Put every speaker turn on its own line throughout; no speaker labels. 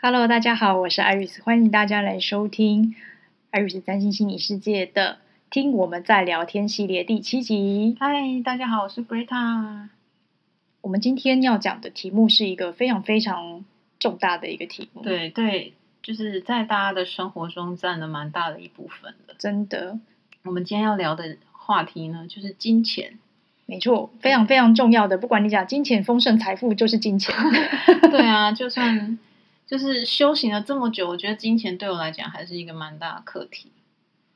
Hello，大家好，我是艾瑞斯，欢迎大家来收听艾瑞斯占星心理世界的“听我们在聊天”系列第七集。
嗨，大家好，我是 Greta。
我们今天要讲的题目是一个非常非常重大的一个题目，，
对对，就是在大家的生活中占了蛮大的一部分的。
真的
我们今天要聊的话题呢，就是金钱。
没错，非常非常重要的。不管你讲金钱、丰盛、财富，就是金钱。
对啊，就算就是修行了这么久，我觉得金钱对我来讲还是一个蛮大的课题。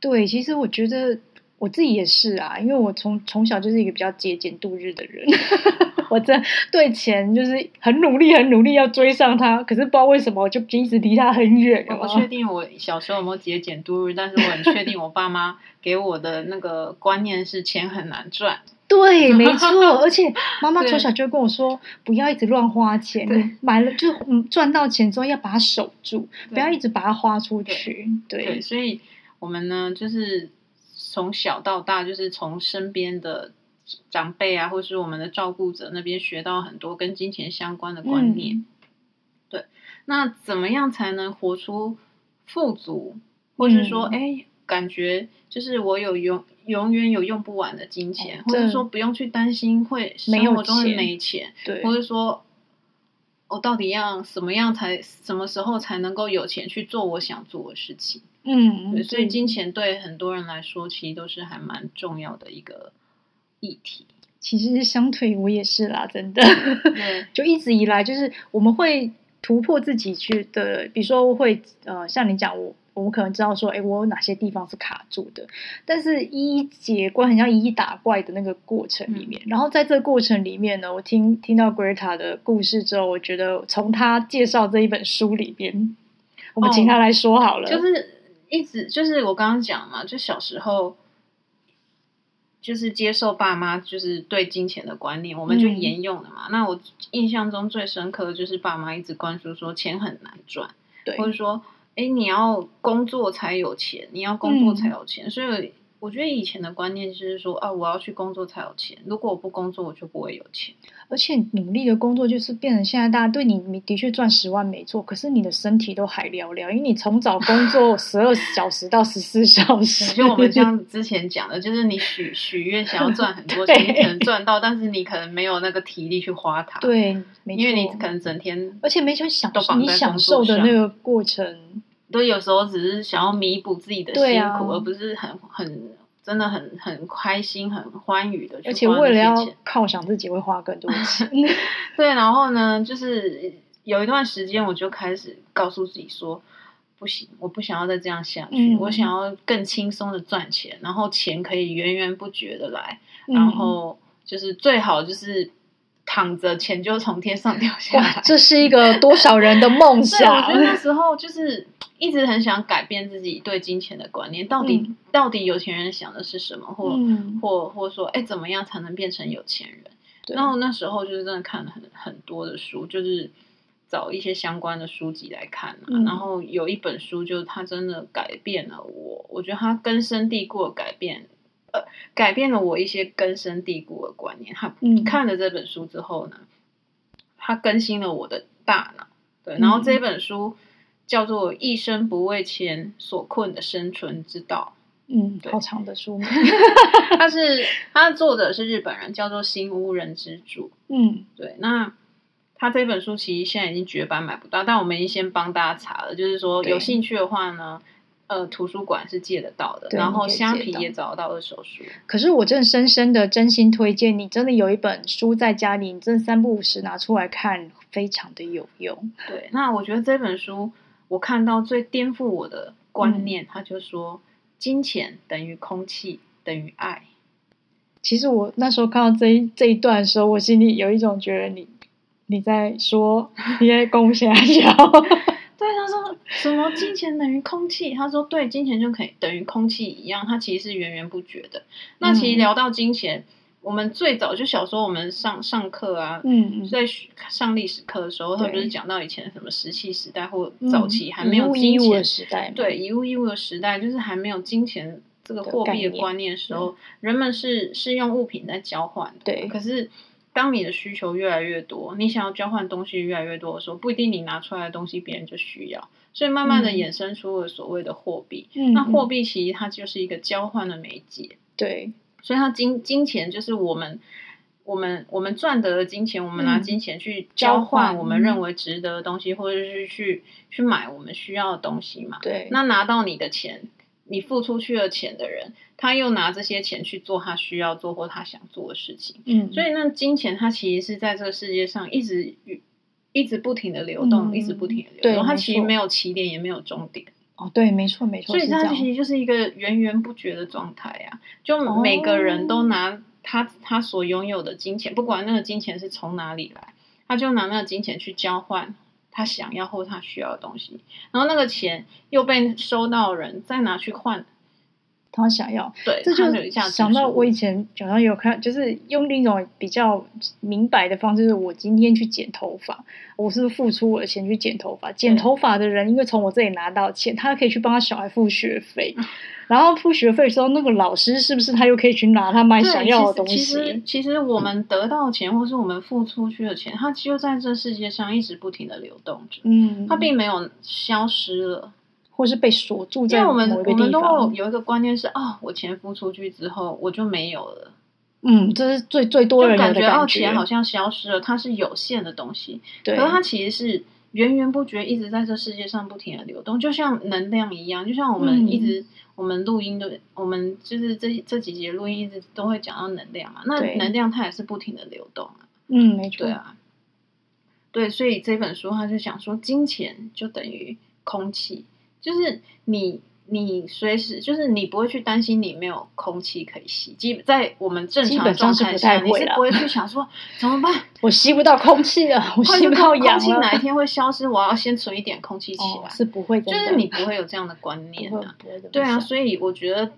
对，其实我觉得我自己也是啊，因为我从从小就是一个比较节俭度日的人， 我这对钱就是很努力、很努力要追上它，可是不知道为什么我就一直离它很远。
我
有没
不
有
确定我小时候有没有节俭度日，但是我很确定我爸妈给我的那个观念是钱很难赚。
对， 没错，而且妈妈
对
从小就会跟我说，不要一直乱花钱，
对
你买了就嗯赚到钱之后要把它守住，不要
对
一直把它花出去。
对，
对，嗯
所以我们呢，就是从小到大，就是从身边的长辈啊，或是我们的照顾者那边学到很多跟金钱相关的观念。
嗯
那怎么样才能活出富足，或是说，
嗯
哎、感觉就是我有永永远有用不完的金钱，
哦
或者
对
说不用去担心会
没有
生活中会
钱
没钱，
对，
或者说。我、到底要什么样才什么时候才能够有钱去做我想做的事情？
嗯，
对，所以
对
金钱对很多人来说，其实都是还蛮重要的一个议 题。
其实相对我也是啦，真 的。
对，
就一直以来就是我们会突破自己去的，比如说会呃，像你讲我。我们可能知道说，哎，我有哪些地方是卡住的，但是一一解关，很像一一打怪的那个过程里
嗯
面。然后在这个过程里面呢，我听听到 Greta 的故事之后，我觉得从她介绍这一本书里边，我们
哦
请她来说好了。
就是一直就是我刚刚讲嘛，就小时候就是接受爸妈就是对金钱的观念，我们就
嗯
沿用了嘛。那我印象中最深刻的就是爸妈一直灌输说钱很难赚，
对
或者说哎你要工作才有钱，你要工作
嗯
才有钱，所以。我觉得以前的观念就是说，啊，我要去工作才有钱，如果我不工作，我就不会有钱。
而且努力的工作就是变成现在大家对你，你的确赚十万没错，可是你的身体都还寥寥，因为你从早工 作十二小时到十四小时，
就我 们像之前讲的，就是你许许愿想要赚很多钱，你可能赚到，但是你可能没有那个体力去花它。，
对，没错
因为你可能整天，
而且没去享
都绑在
你享受的那个过程，
都有时候只是想要弥补自己的
对
辛
啊
苦，而不是很很真的很很开心、很欢愉的去
而且
花那
为了
些
要
钱。
犒赏自己会花更 多钱。嗯
对，然后呢，就是有一段时间，我就开始告诉自己说。不行，我不想要再这样下去。
嗯
我想要更轻松的赚钱，然后钱可以源源不绝的来，
嗯
然后就是最好就是躺着，钱就从天上掉下
哇
来，。啊
这是一个多少人的梦
对，我觉
想。
得 那时候就是一直很想改变自己对金钱的观念，到底、
嗯
到底有钱人想的是什么，或、
嗯，
或或说，哎，怎么样才能变成有钱人？
对
然后那时候就是真的看了很很多的书，就是找一些相关的书籍来看、啊
嗯
然后有一本书，就是它真的改变了我，我觉得它根深蒂固的改变，呃，改变了我一些根深蒂固的观念。它、
嗯
看了这本书之后呢，它更新了我的大脑。对，然后
嗯
这本书叫做《一生不为钱所困的生存之道》。
嗯，
对
好长的书名。
他是他的作者是日本人，叫做新屋人之助。
嗯，
对，那他这本书其实现在已经绝版买不到，但我们已经先帮大家查了，就是说
对
有兴趣的话呢，呃，图书馆是借得到的，
对
然后
你可以
虾
借
皮
到
也找得到二手书。
可是我真的深深的真心推荐你，真的有一本书在家里，你真的三不五时拿出来看，非常的有用。
对，那我觉得这本书我看到最颠覆我的观念，他就说金钱等于空气等于爱。
其实我那时候看到这一这一段的时候，我心里有一种觉得你你在说你在攻下小，
对，他 说什么金钱等于空气？他说对，金钱就可以等于空气一样，它其实是源源不绝的。那其实
嗯
聊到金钱，我们最早就小时候我们上上课啊，
嗯嗯，
在学上历史课的时候，他不
对
是讲到以前什么石器时代或
嗯
早期还没有
以
金
物易物
钱
的，时代嘛，
对，以物易物的时代，就是还没有金钱这个
的
货
概
币
念嗯
的观念的时候，人们是是用物品在交换的。
对
可是当你的需求越来越多，你想要交换东西越来越多的时候，不一定你拿出来的东西别人就需要，所以慢慢的
嗯
衍生出了所谓的货币。
嗯
那货
嗯
币其实它就是一个交换的媒介，
对，
所以它金金钱就是我们我们我们赚得的金钱，我们拿
嗯
金钱去
交
交换
换
我们
嗯
认为值得的东西，或者是去去买我们需要的东西嘛。
对，
那拿到你的钱，你付出去了钱的人，他又拿这些钱去做他需要做或他想做的事情。
嗯，
所以呢，金钱它其实是在这个世界上一直与一直不停的流动，
嗯
一直不停的流
对
动，它
没
其实
错
没有起点，也没有终点，
哦，对，没错没错，
所以
是这
它
样
其实就是一个源源不绝的状态啊！就
哦
每个人都拿他他所拥有的金钱，不管那个金钱是从哪里来，他就拿那个金钱去交换。他想要或他需要的东西，然后那个钱又被收到的人再拿去换，
他想要，
对，
这
它有
就
一下子
想到
是
我以前好像有看，就是用另一种比较明白的方式，就是我今天去剪头发，我是付出我的钱去剪头发，剪
对
头发的人因为从我这里拿到钱，他可以去帮他小孩付学费，
嗯
然后付学费的时候，那个老师是不是他又可以去拿他买
对，
想要的东
其实其实
西？
其实我们得到的钱，或是我们付出去的钱，它就在这世界上一直不停的流动着，
嗯，
它并没有消失了。
或是被锁住
因
在
为我
某
们
一
我
个
们
地
都
方。
有一个观念是，哦，我钱付出去之后，我就没有了，
嗯，这是最最多
就
人有的
觉哦，
感
钱好像消失了，它是有限的东西，
对，
可是它其实是源源不绝，一直在这世界上不停的流动，就像能量一样，就像我们
嗯
一直、我们录音的，我们就是这这几节录音一直都会讲到能量嘛，那
对
能量它也是不停的流动啊，
嗯，没错
对，啊，对，所以这本书他就想说，金钱就等于空气，就是你。你随时就是你不会去担心你没有空气可以吸，基在我们正
基
常的
本
状
上是
态
不太
下，你
会
是
啦
不会去 想说怎么办，
我吸不到空气了，我
或
吸
者
不
空
到氧
空气哪一
了，
天会消失，我要先存一点空气起
哦
来，。
是不会
啊就
真的，
是你不会有这样的观念
不会
啊。
不会这么
对啊，
想
所以我觉得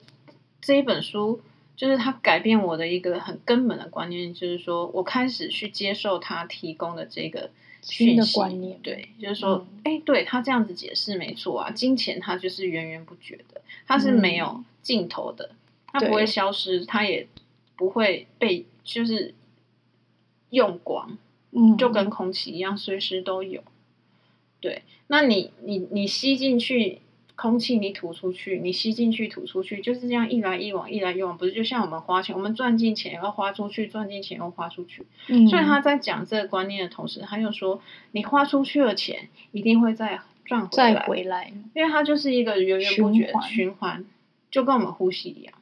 这一本书就是它改变我的一个很根本的观念，就是说我开始去接受他提供的这个
新
讯
的
息。
观念，嗯
对，就是说，哎、对他这样子解释没错啊，金钱它就是源源不绝的，它是没有尽头的，它不会
嗯对
消失，它也不会被就是用光。
嗯，
就跟空气一样，随时都有。对，那你你你吸进去空气，你吐出去，你吸进去吐出去，就是这样一来一往，一来一往，不是就像我们花钱，我们赚进钱要花出去，赚进钱又花出去。
嗯，
所以他在讲这个观念的同时，他又说，你花出去的钱一定会再赚回
再
来，
回来。
因为它就是一个源源不绝
循环
循环，就跟我们呼吸一样。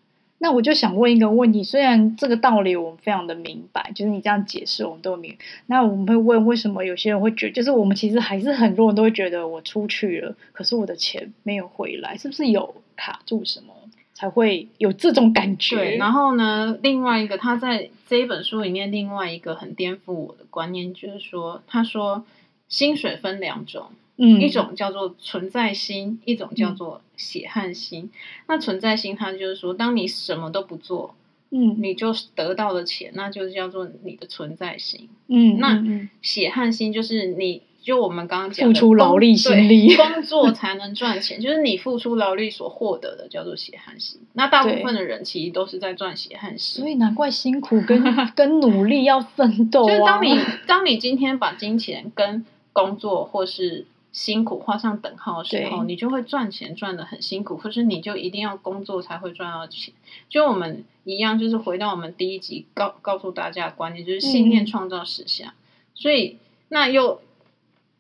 那我就想问一个问题，虽然这个道理我们非常的明白，就是你这样解释我们都明白。那我们会问，为什么有些人会觉得，就是我们其实还是很多人都会觉得我出去了，可是我的钱没有回来，是不是有卡住什么才会有这种感觉？
对，然后呢，另外一个他在这一本书里面，另外一个很颠覆我的观念，就是说，他说薪水分两种，
嗯，
一种叫做存在薪，一种叫做血汗薪。那存在薪，它就是说，当你什么都不做，
嗯
你就得到的钱，那就是叫做你的存在薪。
嗯，
那
嗯
血汗薪就是你。就我们刚刚讲
付
的
出
工
劳力心
对
力
工作才能 赚钱，就是你付出劳力所获得的叫做血汗薪。那大部
对
分的人其实都是在赚血汗薪
所，以难怪辛苦 跟跟努力要奋斗、啊，
就是当你 当你今天把金钱跟工作或是辛苦画上等号的时候，
对
你就会赚钱赚的很辛苦，或是你就一定要工作才会赚到钱。就我们一样，就是回到我们第一集告告诉大家的观念，就是信念
嗯
创造实相。所以那又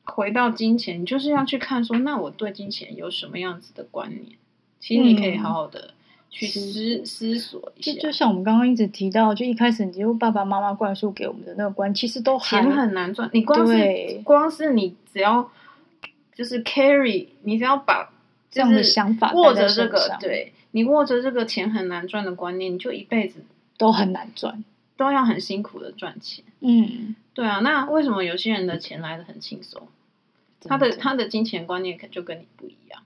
回到金钱，你就是要去看说，那我对金钱有什么样子的观念？其实你可以
嗯
好好的去
是
思思索一
就
下
就。像我们刚刚一直提到，就一开始你就爸爸妈妈灌输给我们的那个观，其实都还
钱很难赚。你光是
对
光是你只要就是 carry，你只要把
这
就
样的
是
想法
握
带
着
在
这
身
个
上，
对你握着这个钱很难赚的观念，你就一辈子
都很难赚。
都要很辛苦的赚钱。
嗯，
对啊，那为什么有些人的钱来的很轻松？他的
真
他的金钱观念可就跟你不一样。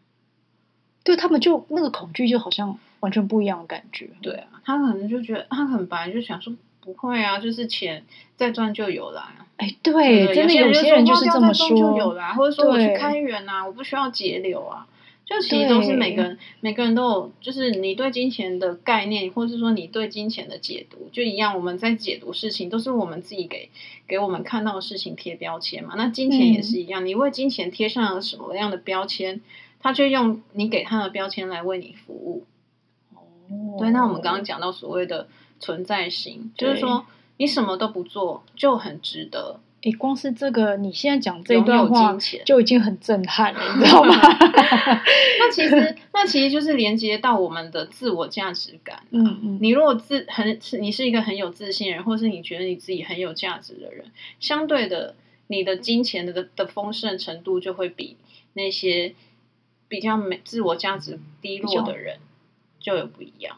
对他们就那个恐惧就好像完全不一样的感觉。
对啊，他可能就觉得他很白，就想说不会啊，就是钱再赚就有啊啦、
哎，
对
对，
不对
真的
有
些人
就
就是这么
就有
说。
啦，或者说我去
对
开源啊，我不需要节流啊。就其实都是
对
每个人每个人都有，就是你对金钱的概念，或是说你对金钱的解读，就一样。我们在解读事情，都是我们自己给给我们看到的事情贴标签嘛。那金钱也
嗯
是一样，你为金钱贴上了什么样的标签，他就用你给他的标签来为你服务。
哦
对，那我们刚刚讲到所谓的存在性，就是
对
说你什么都不做就很值得
诶，哎光是这个你现在讲这
拥有
段话
金钱。
就已经很震撼了，你知道吗？
那其实，那其实就是连接到我们的自我价值感。
嗯嗯，
你如果自很是你是一个很有自信的人，或是你觉得你自己很有价值的人，相对的，你的金钱的的丰盛程度就会比那些比较没自我价值低落的人就有不一样。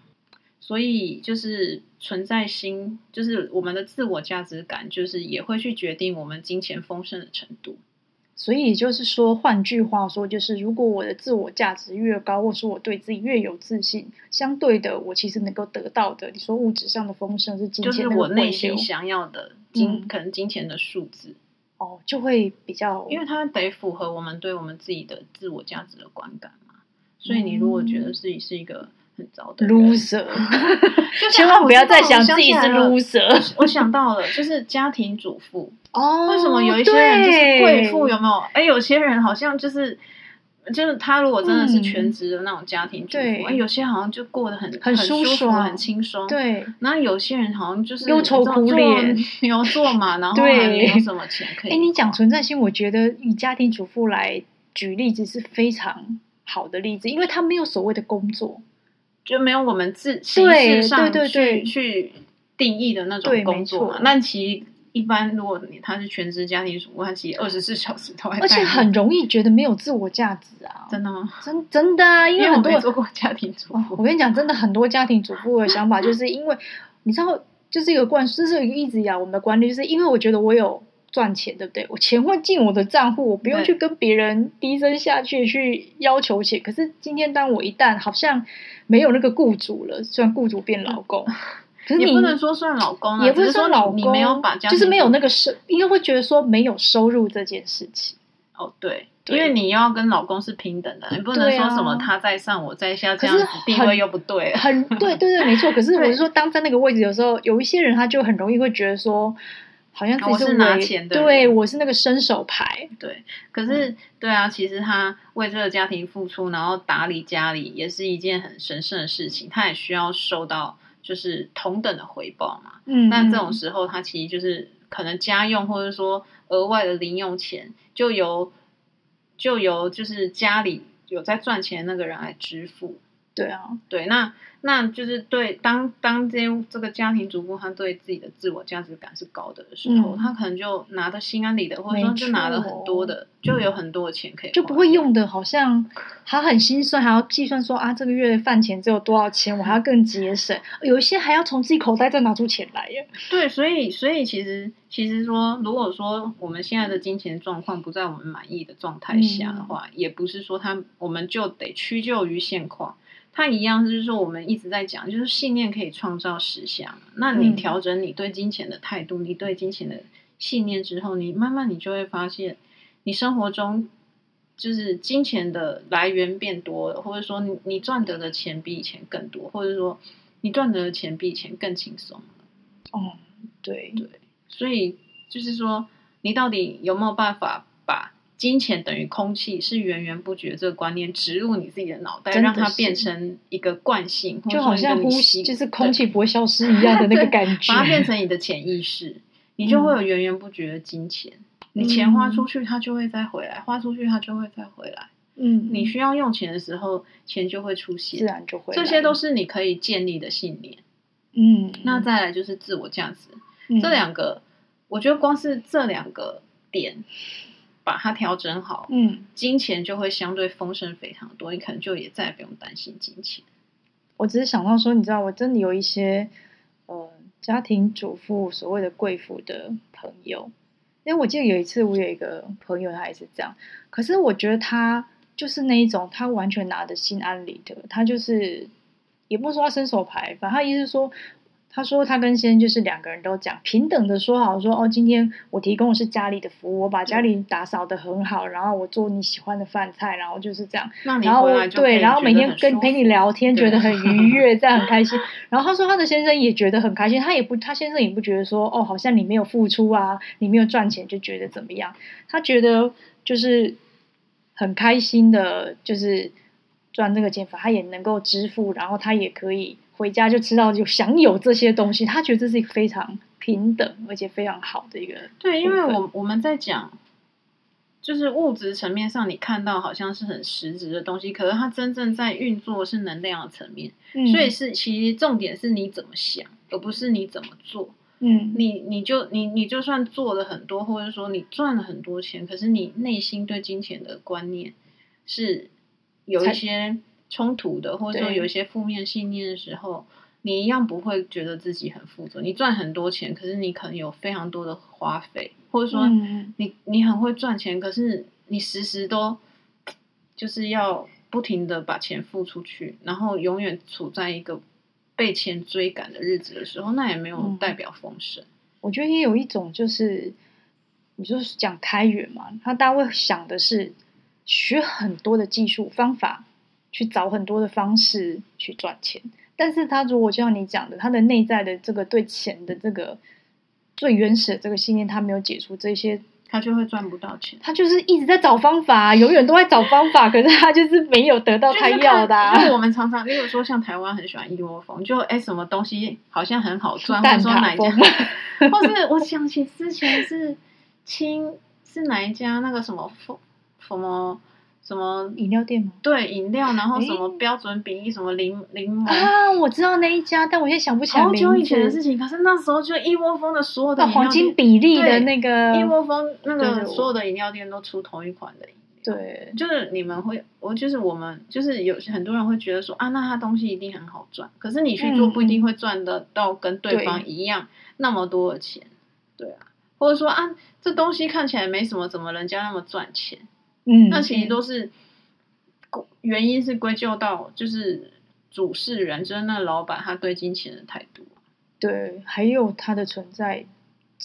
所以就是存在心，就是我们的自我价值感，就是也会去决定我们金钱丰盛的程度。
所以就是说，换句话说，就是如果我的自我价值越高，或是我对自己越有自信，相对的，我其实能够得到的，你说物质上的丰盛是金
就
钱
是
那个
我
回
内心
流
想要的金，
嗯
可能金钱的数字，
哦，就会比较，
因为它得符合我们对我们自己的自我价值的观感嘛。所以你如果觉得自己是一个很糟的人
嗯 loser，
就像
千万不要再想自己是。
啊我知道我想起
loser
来了我想到了，就是家庭主妇，
哦。
为什么有一些人就是贵妇
对
有没有？哎，有些人好像就是。就是他如果真的是全职的那种家庭主妇，
嗯对
哎有些好像就过得很
很舒
舒服、
爽
很轻松。，
对
然后有些人好像就是
忧愁苦 脸
做牛做马，然后
对
还没有什么钱可以
哎、
花。
你讲存在心，我觉得以家庭主妇来举例子是非常好的例子，因为他没有所谓的工作，
就没有我们自形式
对
上去
对对对
去定义的那种
对
工作嘛
没。错
那其实一般如果你他是全职家庭主妇，他其实二十四小时都还在
而且很容易觉得没有自我价值啊，
真的吗？
真真的啊，因
因
为
我
很多
没做过家庭主
哦，
妇，
我跟你讲，真的很多家庭主妇的想法，就是因为你知道，就是一个灌输，这是一直以来我们的观念，就是因为我觉得我有赚钱，对不对？我钱会进我的账户，我不用
对
去跟别人低声下气去要求钱。可是今天，当我一旦好像没有那个雇主了，虽然雇主变老公，可是
嗯也
你
不能说算老公啊，
也不
只
是
是
说
说
老公，
你你没有把家庭
就是没有
主
那个收，应该会觉得说没有收入这件事情。
哦对。因
对
为你要跟老公是平等的，你不能
对
说
啊
什么他在上我在下，
可
这样
是
子地位
很
又不对。
很对对对，没错。可是我
对
是说，当在那个位置，有时候有一些人他就很容易会觉得说，好像自己
哦我是
唯
拿钱的
对
人
我是那个伸手牌，
可是，对啊，其实他为这个家庭付出，然后打理家里也是一件很神圣的事情，他也需要受到就是同等的回报嘛。
嗯，
那这种
嗯
时候，他其实就是可能家用或者说额外的零用钱，就由就由就是家里有在赚钱的那个人来支付。
对啊，
对，那那就是对当当这这个家庭主妇，她对自己的自我价值感是高的的时
嗯
候，她、可能就拿的心安理得，或者
没
说就拿了很
错哦
多的，就有很多的钱可以花，
就不会用的，好像还很心酸，还要计算说啊，这个月饭钱只有多少钱，我还要更节省，有一些还要从自己口袋再拿出钱来耶。
对，所以所以其实其实说，如果说我们现在的金钱状况不在我们满意的状态下的话，也不是说他我们就得屈就于现况。它一样就是说，我们一直在讲，就是信念可以创造实相。啊那你
嗯
调整你对金钱的态度，你对金钱的信念之后，你慢慢你就会发现，你生活中就是金钱的来源变多了，或者说你你赚得的钱比以前更多，或者说你赚得的钱比以前更轻松。
哦，对，
所以就是说，你到底有没有办法把金钱等于空气是源源不绝这个观念植入你自己的脑袋，
真的
让
是
它变成一个惯性，或者
就
说
好像
一个
呼
你
吸
习
就是空，气不会消失一样的那个
对
感
对
觉
把，它变成你的潜意识，你就会
嗯
有源源不绝的金钱。你钱花出去，它就会再回来；花出去，它就会再回来。
嗯，
你需要用钱的时候，钱就会出
自
现。
然就会
这些都
是
是你可以建立的信念。
嗯，
那再来就是自我价值，
嗯
这两个，我觉得光是这两个点，把它调整好，
嗯。
金钱就会相对丰盛非常多，你可能就也再也不用担心金钱。
我只是想到说，你知道，我真的有一些呃家庭主妇，所谓的贵妇的朋友，因为我记得有一次我有一个朋友，他也是这样，可是我觉得他就是那一种，他完全拿的心安理得，他就是也不是说他伸手牌，反正他意思是说。他说他跟先生就是两个人都讲平等的说好，说哦，今天我提供的是家里的服务，我把家里打扫的很好，然后我做你喜欢的饭菜，然后就是这样。
那你
然后
回
我
来就可以
对，然后
觉
每
得
天
很
跟
舒
陪你
服
聊天，觉
对
得很 愉悦，这样很开心。然后他说他的先生也觉得很开心，他也不他先生也不觉得说哦，好像你没有付出啊，你没有赚钱就觉得怎么样，他觉得就是很开心的，就是赚这个钱，反正他也能够支付，然后他也可以回家就吃到有享有这些东西，他觉得这是一个非常平等而且非常好的一个
对，因为
部分
我我们在讲，就是物质层面上，你看到好像是很实质的东西，可是它真正在运作是能量的层面，
嗯，
所以是其实重点是你怎么想，而不是你怎么做。
嗯
你你就你你就算做了很多，或者说你赚了很多钱，可是你内心对金钱的观念是有一
才
些冲突的，或者说
对
有一些负面信念的时候，你一样不会觉得自己很富足。你赚很多钱，可是你可能有非常多的花费，或者说
嗯
你你很会赚钱，可是你时时都就是要不停的把钱付出去，然后永远处在一个被钱追赶的日子的时候，那也没有
嗯
代表丰盛。
我觉得也有一种就是，你就是讲开源嘛，他大家会想的是学很多的技术方法，去找很多的方式去赚钱。但是他如果就像你讲的，他的内在的这个对钱的这个最原始的这个信念，他没有解除这些，
他就会赚不到钱。
他就是一直在找方法，啊永远都在找方法，可是他就是没有
哦
得到他要的、
就是看就
啊。
我们常常，例如说像台湾很喜欢一窝蜂，就哎、什么东西好像很好赚，或
蛋
者说
挞
哪一
风
家， 或是我想起之前是清是哪一家那个什么蜂什么什么
饮料店吗？
对饮料，然后
诶
什么标准比例，什么柠柠檬。
啊，我知道那一家，但我现在想不起来
好
名字。
久以前的事情，可是那时候就一窝蜂的所有的
那
饮料
黄金
店，
比例的
对
那个
一窝蜂那
对对
个
我
所有的饮料店都出同一款的饮料。
对，
就是你们会，我就是我们，就是有很多人会觉得说啊，那他东西一定很好赚，可是你去做
嗯
不一定会赚得到跟对
对
方一样那么多的钱，对啊，或者说啊，这东西看起来没什么，怎么人家那么赚钱？
嗯，
那其实
嗯
都是归原因是归咎到就是主事人，就是那个老板他对金钱的态度，
对，还有它的存在，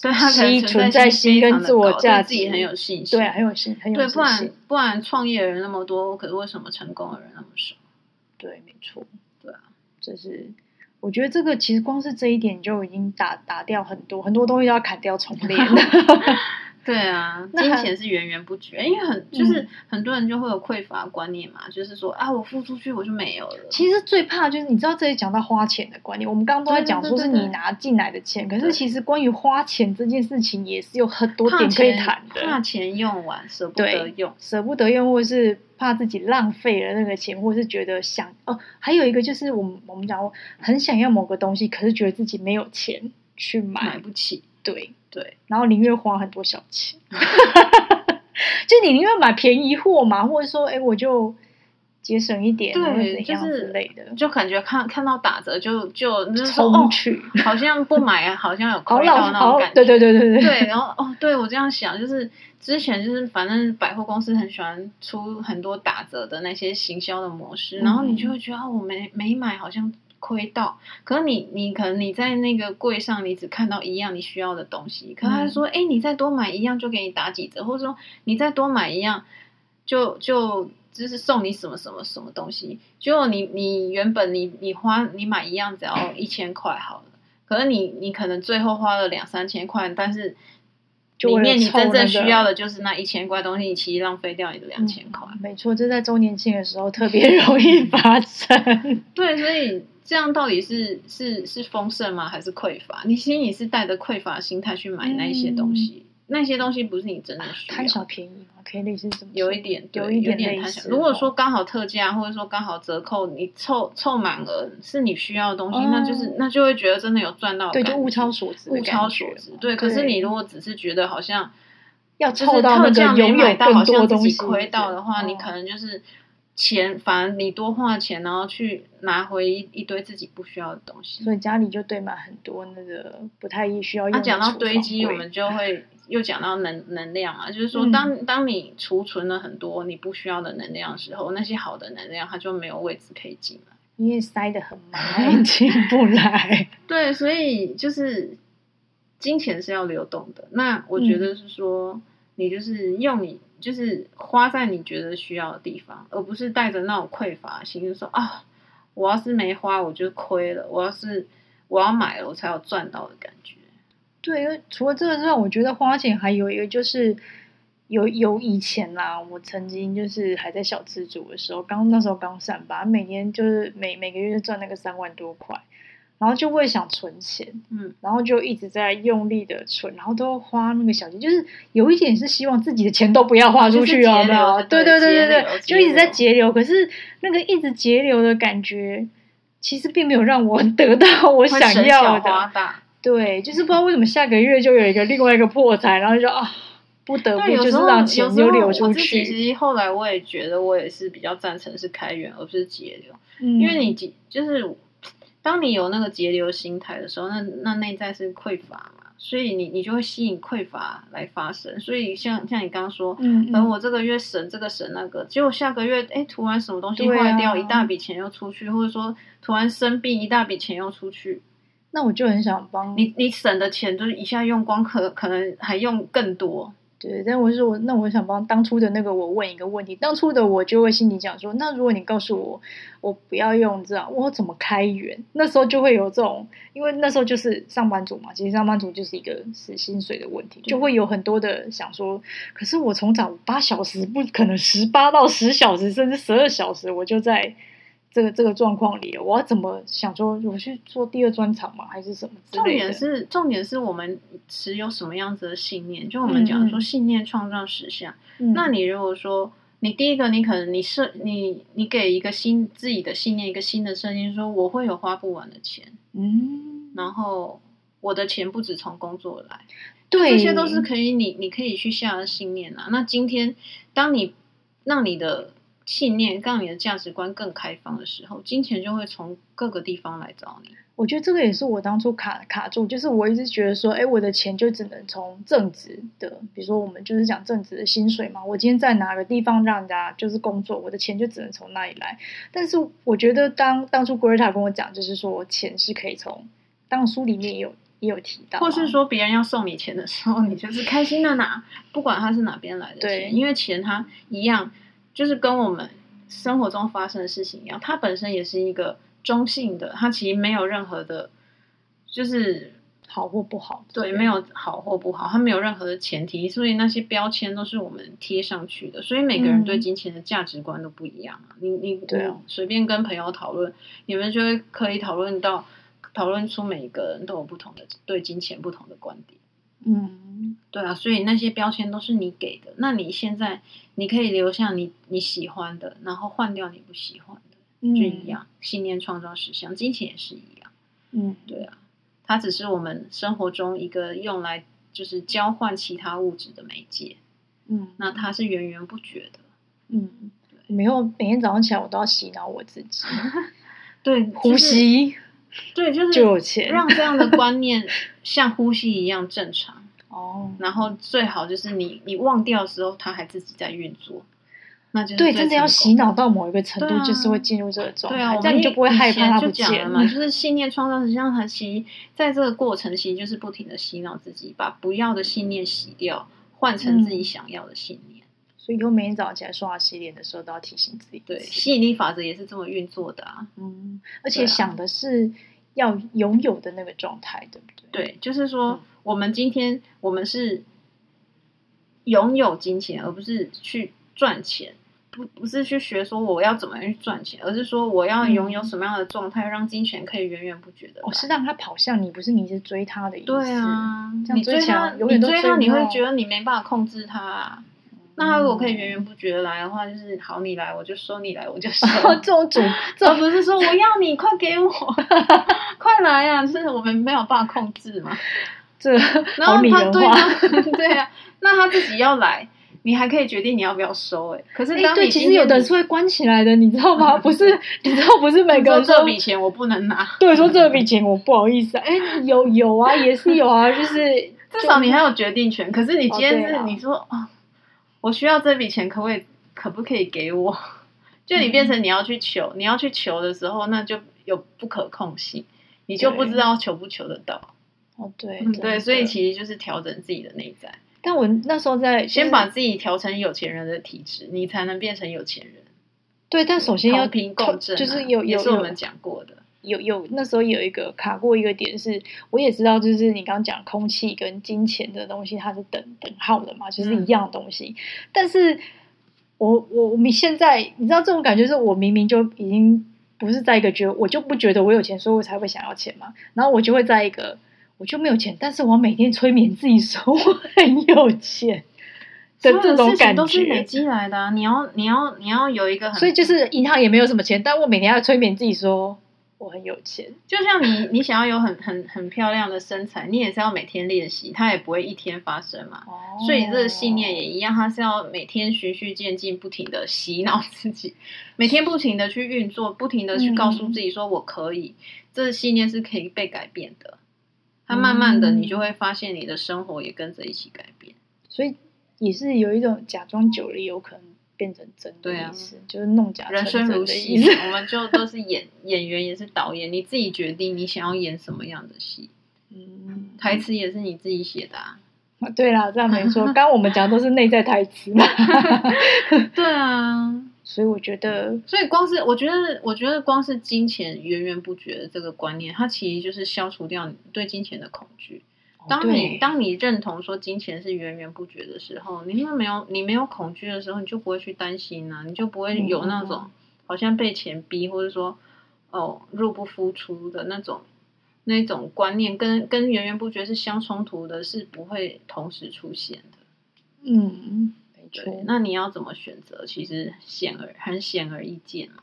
对他可能
心存在
在
心
心
跟自我价
自己
值
很有信心，
对，很有信，很有
对，
自
不然
信
不然创业人那么多，可是为什么成功的人那么少？
对，没错，
对
啊，这是我觉得这个其实光是这一点就已经打打掉很多很多东西都要砍掉重练
对啊，
那嗯
金
很
钱是源源不绝，因为很就是很多人就会有匮乏观念嘛，就是说啊，我付出去我就没有了。
其实最怕就是你知道这里讲到花钱的观念，我们刚刚都在
对对
讲
对
说
对
是
对
你拿进来的钱，可
对
是其实关于花钱这件事情也是有很多
怕
点可以
钱
谈的，
怕钱用完舍不
对
得用，
舍不得用，或是怕自己浪费了那个钱，或是觉得想哦，还有一个就是我们我们讲过很想要某个东西，可是觉得自己没有钱去买，
买不起。
对，
对，嗯
然后宁愿花很多小钱， 就你宁愿买便宜货嘛，或者说哎我就节省一点，
对
或者怎样
就
之
是
类的，
就感觉看看到打折就就就是说
冲
哦，
去，
好像不买啊，好像有
好
亏
老
到那
好
种，感
对
觉。
对对对对，
对，然后哦，对我这样想，就是之前就是反正百货公司很喜欢出很多打折的那些行销的模式，然后你就会觉得啊，我没没买好像亏到，可是你你可能你在那个柜上你只看到一样你需要的东西，可是他就说哎、诶你再多买一样就给你打几折，或者说你再多买一样就就。就是送你什么什么什么东西，结果你你原本你你花你买一样只要一千块好了，可是你你可能最后花了两三千块，但是
就
里
为了
面你
凑
真
那
正
个
需要的就是那一千块东西，你其实浪费掉你的两千块。
没错，这在周年庆的时候特别容易发 生。
对，所以这样到底是是是丰盛吗，还是匮乏？你心里是带着匮乏的心态去买那一些东西，那些东西不是你真的
嗯
需
贪
要。
小便宜嘛，可以类似这么说
有一点，对
有
有
一点
点
类
贪
似
小。如果
哦
说刚好特价，或者说刚好折扣，你凑凑满额是你需要的东西，
哦
那就是那就会觉得真的有赚到的
对，
感觉，
就物超所值的
物
感觉嘛，
超所值。对，可是你如果只是觉得好像
要
就
凑
是
到
特
那个
价没
拥有
买到，好
更多
像自
东
己
西
亏到的话，
哦
你可能就是钱，反而你多花钱，然后去拿回一一堆自己不需要的东西。
所以家里就堆满很多那个不太需要用
那
的
啊讲到
储
堆
藏
积，我
柜
们就会又讲到能能量嘛，就是说
嗯
当，当你储存了很多你不需要的能量的时候，那些好的能量它就没有位置可以进来。
因为塞得很满，进不来。
对，所以就是金钱是要流动的。那我觉
嗯
得是说，你就是用你就是花在你觉得需要的地方，而不是带着那种匮乏的心，就说啊，我要是没花我就亏了，我要是我要买了我才有赚到的感觉。
对，因为除了这个之外，我觉得花钱还有一个就是有有以前啦，我曾经就是还在小资主的时候，刚那时候刚上班，每年就是每每个月就赚那个三万多块，然后就会想存钱，
嗯，
然后就一直在用力的存，然后都花那个小钱，就是有一点是希望自己的钱都不要花出去
就是
哦，
节
有没有
流
对
对
对对
节
对
流
对，
节
就一直在
流
节流，可是那个一直节流的感觉，其实并没有让我得到我
会
想
省
要
小
的。
花大。
对，就是不知道为什么下个月就有一个另外一个破财，然后就啊，不得不
对，有
就是
时候
让
有
钱
时
就
候
流
我
出
自己
去，
其实后来我也觉得我也是比较赞成是开源而不是节流。
因
因为你节就是当你有那个节流心态的时候，那那内在是匮乏嘛，所以你你就会吸引匮乏来发生。所以像像你刚刚说，
嗯
可能我这个月省这个省那个，结果下个月哎突然什么东西
对啊
坏掉，一大笔钱又出去，或者说突然生病一大笔钱又出去，
那我就很想帮
你你省的钱就是一下用光，可可能还用更多。
对，但我是我那我想帮当初的那个我问一个问题，当初的我就会心里讲说，那如果你告诉我我不要用这样，我怎么开源？那时候就会有这种，因为那时候就是上班族嘛，其实上班族就是一个是薪水的问题，就会有很多的想说，可是我从早八小时不可能十八到十小时甚至十二小时，我就在。这个这个状况里，我要怎么想说，我去做第二专场吗？还是什么之
重
类的？
点是重点是我们持有什么样子的信念，就我们讲
嗯
说
嗯
信念创造实相。
嗯，
那你如果说你第一个，你可能你设你你给一个新自己的信念，一个新的设定，说我会有花不完的钱，
嗯，
然后我的钱不止从工作来，
对，
这些都是可以你你可以去下的信念啊。那今天当你让你的信念让你的价值观更开放的时候，金钱就会从各个地方来找你。
我觉得这个也是我当初卡卡住，就是我一直觉得说，哎，我的钱就只能从正职的，比如说我们就是讲正职的薪水嘛，我今天在哪个地方让人家就是工作，我的钱就只能从那里来。但是我觉得当当初 Greta 跟我讲，就是说钱是可以从，当然书里面也有也有提到啊、
或是说别人要送你钱的时候，你就是开心的拿， 不管他是哪边来的
对
钱，因为钱它一样，就是跟我们生活中发生的事情一样，它本身也是一个中性的，它其实没有任何的，就是
好或不好，
对，没有好或不好，它没有任何的前提，所以那些标签都是我们贴上去的，所以每个人对
嗯
金钱的价值观都不一样啊。你你
对啊
你随便跟朋友讨论，你们就会可以讨论到讨论出每一个人都有不同的对金钱不同的观点。
嗯，
对啊，所以那些标签都是你给的。那你现在你可以留下你你喜欢的，然后换掉你不喜欢的，
嗯
就一，样。信念创造实相，金钱也是一样。
嗯，
对啊，它只是我们生活中一个用来就是交换其他物质的媒介。
嗯，
那它是源源不绝的。
嗯，没有，每天早上起来我都要洗脑我 自己，
对，
呼，吸
对，就是
就有钱
让这样的 观念像呼吸一样正常。
哦。
然后最好就是你你忘掉的时候，它还自己在运作。那就是
对，
最
真的要
成功
洗脑到某一个程
对
度，
啊
就是会进入这个状
对
态，
啊，我
这样
们
你就不会
以
害
前
怕它
就
不
讲
见
了嘛，就是信念创造实际上它其实在这个过程，其实就是不停的洗脑自己，把不要的信念洗掉，换成自
嗯
己想要的信念。
所以以后每天早上起来刷牙洗脸的时候，都要提醒自己。
对，吸引力法则也是这么运作的啊。
嗯，而
对
且
啊
想的是要拥有的那个状态，对不对？
对，就是说、
嗯
我们今天我们是拥有金钱，而不是去赚钱。不不是去学说我要怎么样去赚钱，而是说我要拥有
嗯哦
什么样的状态，让金钱可以源源不绝的。
我是让它跑向你，不是你一直追它的意思。
对啊，
这样
你
追
追
起来
他，
永远
你
都
追
追
他，
不
你会
到
觉得你没办法控制他、啊。那他如果可以源源不绝的来的话，就是好，你来我就收，你来我就 收，
嗯这种主，这
而
种
哦不是说我要你快给 我，快来啊！就是我们没有办法控制嘛。
这
然
好
后
拟
他
人
对
化。
他，对啊，那他自己要来，你还可以决定你要不要收、欸。哎，可是
哎，
当你
对，
今
其实有
天
的人是会关起来的，你知道吗？不 是，你知道不是每
你
个
说
人
这
都
笔钱我不能拿，
对说这笔钱我不好意思啊。哎，有有啊，也是有啊，就是
至少你还有决定权。可是你
哦
今天
对
是
啊
你说哦，我需要这笔钱，可不可以可不可以给我？ 就你变
嗯
成你要去求，你要去求的时候，那就有不可控性，你就不知道求不求得到。
哦，对
嗯，
真的
对，所以其实就是调整自己的内在，
但我那时候在
先把自己调成有钱人的体质，你才能变成有钱人。
对，但首先要
同频共振啊、
就是有
也
有
是我
有
们讲过的。
有有那时候有一个卡过一个点是，我也知道就是你刚刚讲空气跟金钱的东西，它是等等号的嘛，就是
嗯
一样的东西。但是我我我们现在你知道这种感觉是我明明就已经不是在一个觉得我就不觉得我有钱，所以我才会想要钱嘛，然后我就会在一个我就没有钱，但是我每天催眠自己说我很有钱的这
所有
种
事
感
情都是累
觉。
积来的、啊，你要你要你要有一个很，
所以就是银行也没有什么钱，但我每天要催眠自己说我很有钱。
就像你你想要有很很很漂亮的身材，你也是要每天练习，它也不会一天发生嘛。所以这个信念也一样，它是要每天循序渐进，不停的洗脑自己，每天不停的去运作，不停的去告
嗯
诉自己说我可以。这个信念是可以被改变的，
嗯
它慢慢的你就会发现你的生活也跟着一起改变。
所以也是有一种假装久了有可能变成真的
对啊
意思，就是弄假
人
成
生
真
如
的
戏
意思。，
我们就都是演演员，也是导演，你自己决定你想要演什么样的戏，
嗯，
台词也是你自己写的啊。
对啦，这样没错。刚刚我们讲的都是内在台词 嘛，
对啊，
所以我觉得
所以光是我觉得，我觉得光是金钱源源不绝的这个观念，它其实就是消除掉你对金钱的恐惧。当
哦
你
对
当你认同说金钱是源源不绝的时候，你因为没有你没有恐惧的时候，你就不会去担心啊，你就不会有那
嗯
种、好像被钱逼，或者说哦入不敷出的那种那种观念，跟跟源源不绝是相冲突的，是不会同时出现的。
嗯，没
对
错，，
那你要怎么选择？其实显而很显而易见啊嘛。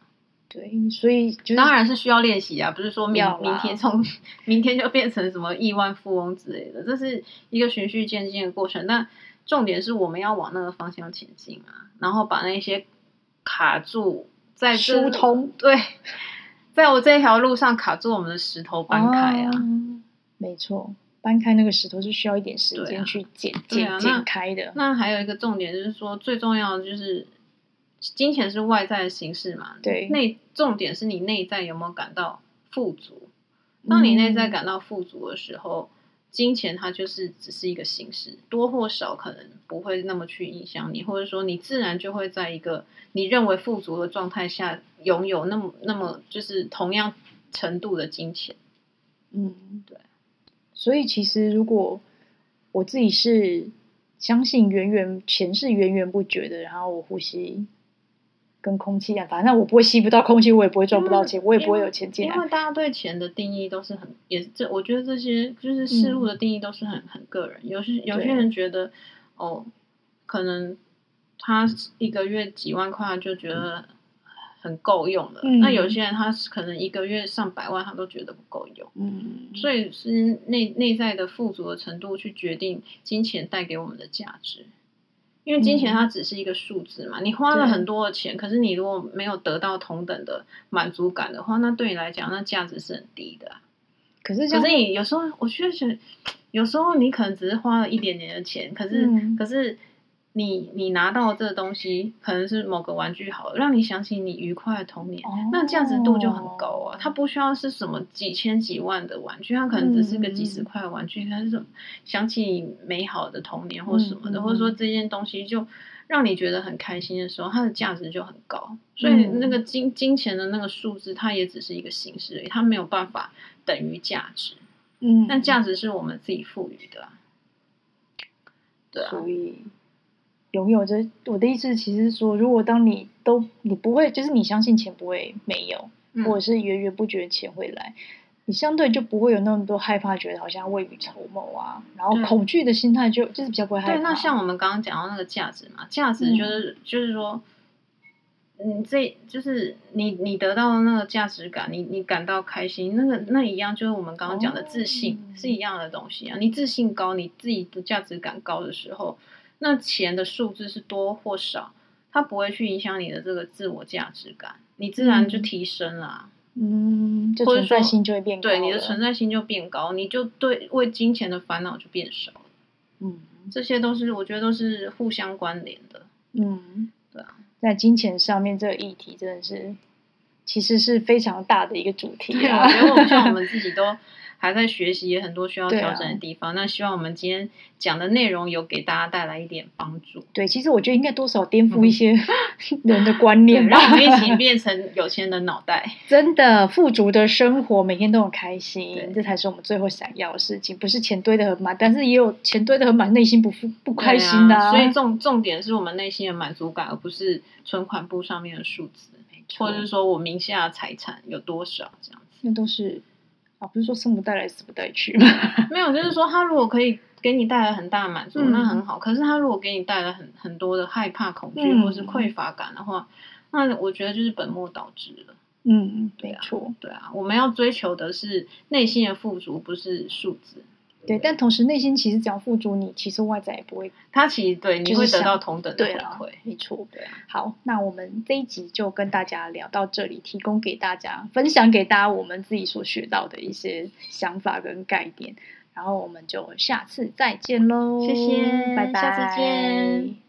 对，所以就是
当然是需要练习啊，不是说明
要啦
明天从明天就变成什么亿万富翁之类的，这是一个循序渐进的过程。但重点是我们要往那个方向前进啊，然后把那些卡住在这
疏通
对，在我这条路上卡住我们的石头搬开啊。
哦没错，搬开那个石头是需要一点时
对啊
间去剪
对
剪
啊那
剪开的。
那还有一个重点就是说，最重要的就是金钱是外在的形式嘛，
对，
内重点是你内在有没有感到富足。当你内在
嗯
感到富足的时候，金钱它就是只是一个形式，多或少可能不会那么去影响你，或者说你自然就会在一个你认为富足的状态下拥有那么那么就是同样程度的金钱。
嗯，
对。
所以其实如果我自己是相信源源钱是源源不绝的，然后我呼吸跟空气一样，啊反正我不会吸不到空气，我也不会赚不到钱，我也不会有钱进
嗯因
来。
为大家对钱的定义都是很，也是这，我觉得这些就是事物的定义都是很、很个人。有些有
嗯
些
对
人觉得，哦，可能他一个月几万块就觉得很够用了，
嗯
那有些人他是可能一个月上百万他都觉得不够用，
嗯，
所以是内内在的富足的程度去决定金钱带给我们的价值。因为金钱
嗯
它只是一个数字嘛，你花了
对
很多的钱，可是你如果没有得到同等的满足感的话，那对你来讲，那价值是很低的啊、
可是这
可
样
是你有时候，我觉得是，有时候你可能只是花了一点点的钱，可是、
嗯
可是你你拿到这个东西，可能是某个玩具好了，让你想起你愉快的童年，那价值度就很
哦
高啊。它不需要是什么几千几万的玩具，它可能只是个几十
嗯
块的玩具，它是什么想起你美好的童年或什么
嗯
的，
嗯
或者说这件东西就让你觉得很开心的时候，它的价值就很高。所以
嗯
那个金金钱的那个数字，它也只是一个形式而已，它没有办法等于价值。
嗯，
但价值是我们自己赋予的啊、对啊，
所以拥有这，我的意思其实是说，如果当你都你不会，就是你相信钱不会没有，
嗯
或者是源源不绝的钱会来，你相对就不会有那么多害怕，觉得好像未雨绸缪啊，然后
对
恐惧的心态就就是比较不会害怕。
嗯
嗯
对，那像我们刚刚讲到那个价值嘛，价值就是、就是说，你这就是你你得到的那个价值感，你你感到开心，那个那一样就是我们刚刚讲的自信、
哦
是一样的东西啊。你自信高，你自己的价值感高的时候，那钱的数字是多或少，它不会去影响你的这个自我价值感，你自然就
嗯
提升了啊、
嗯，就
或者
存在
说
心就会变高了，
对，你的存在心就变高，你就对为金钱的烦恼就变少了，
嗯
这些都是我觉得都是互相关联的。
嗯，
对啊，
在金钱上面这个议题真的是其实是非常大的一个主题
对，
啊
我。觉得我们像我们自己都还在学习，也很多需要
对啊
调整的地方。那希望我们今天讲的内容有给大家带来一点帮助，
对，其实我觉得应该多少颠覆一些 人的观
嗯对
念吧
让。我们一起变成有钱人的脑 袋。
真的富足的生活，每天都很开心
对，
这才是我们最后想要的事情。不是钱堆得很满，但是也有钱堆得很满，内心不富不开心的、
对啊所以重重点是我们内心的满足感，而不是存款簿上面的数字，
错
或者是说我名下的财产有多少这 样子。
那都是啊，不是说生不带来死不带去嘛。
没有，就是说他如果可以给你带来很大的满足，
嗯
那很好。可是他如果给你带来很很多的害怕、恐惧、
嗯
或是匮乏感的话，那我觉得就是本末倒置了。
嗯，
对
没
啊
错，
对啊，我们要追求的是内心的富足，不是数字。
对。但同时内心其实只要富足你，其实外在也不会
它其实对你
就是
会得
想
到同等的
对
回
啦
馈。，
没错。
对啊，
好，那我们这一集就跟大家聊到这里，提供给大家分享给大家我们自己所学到的一些想法跟概念，然后我们就下次再见喽，
谢谢
拜拜，
下次见。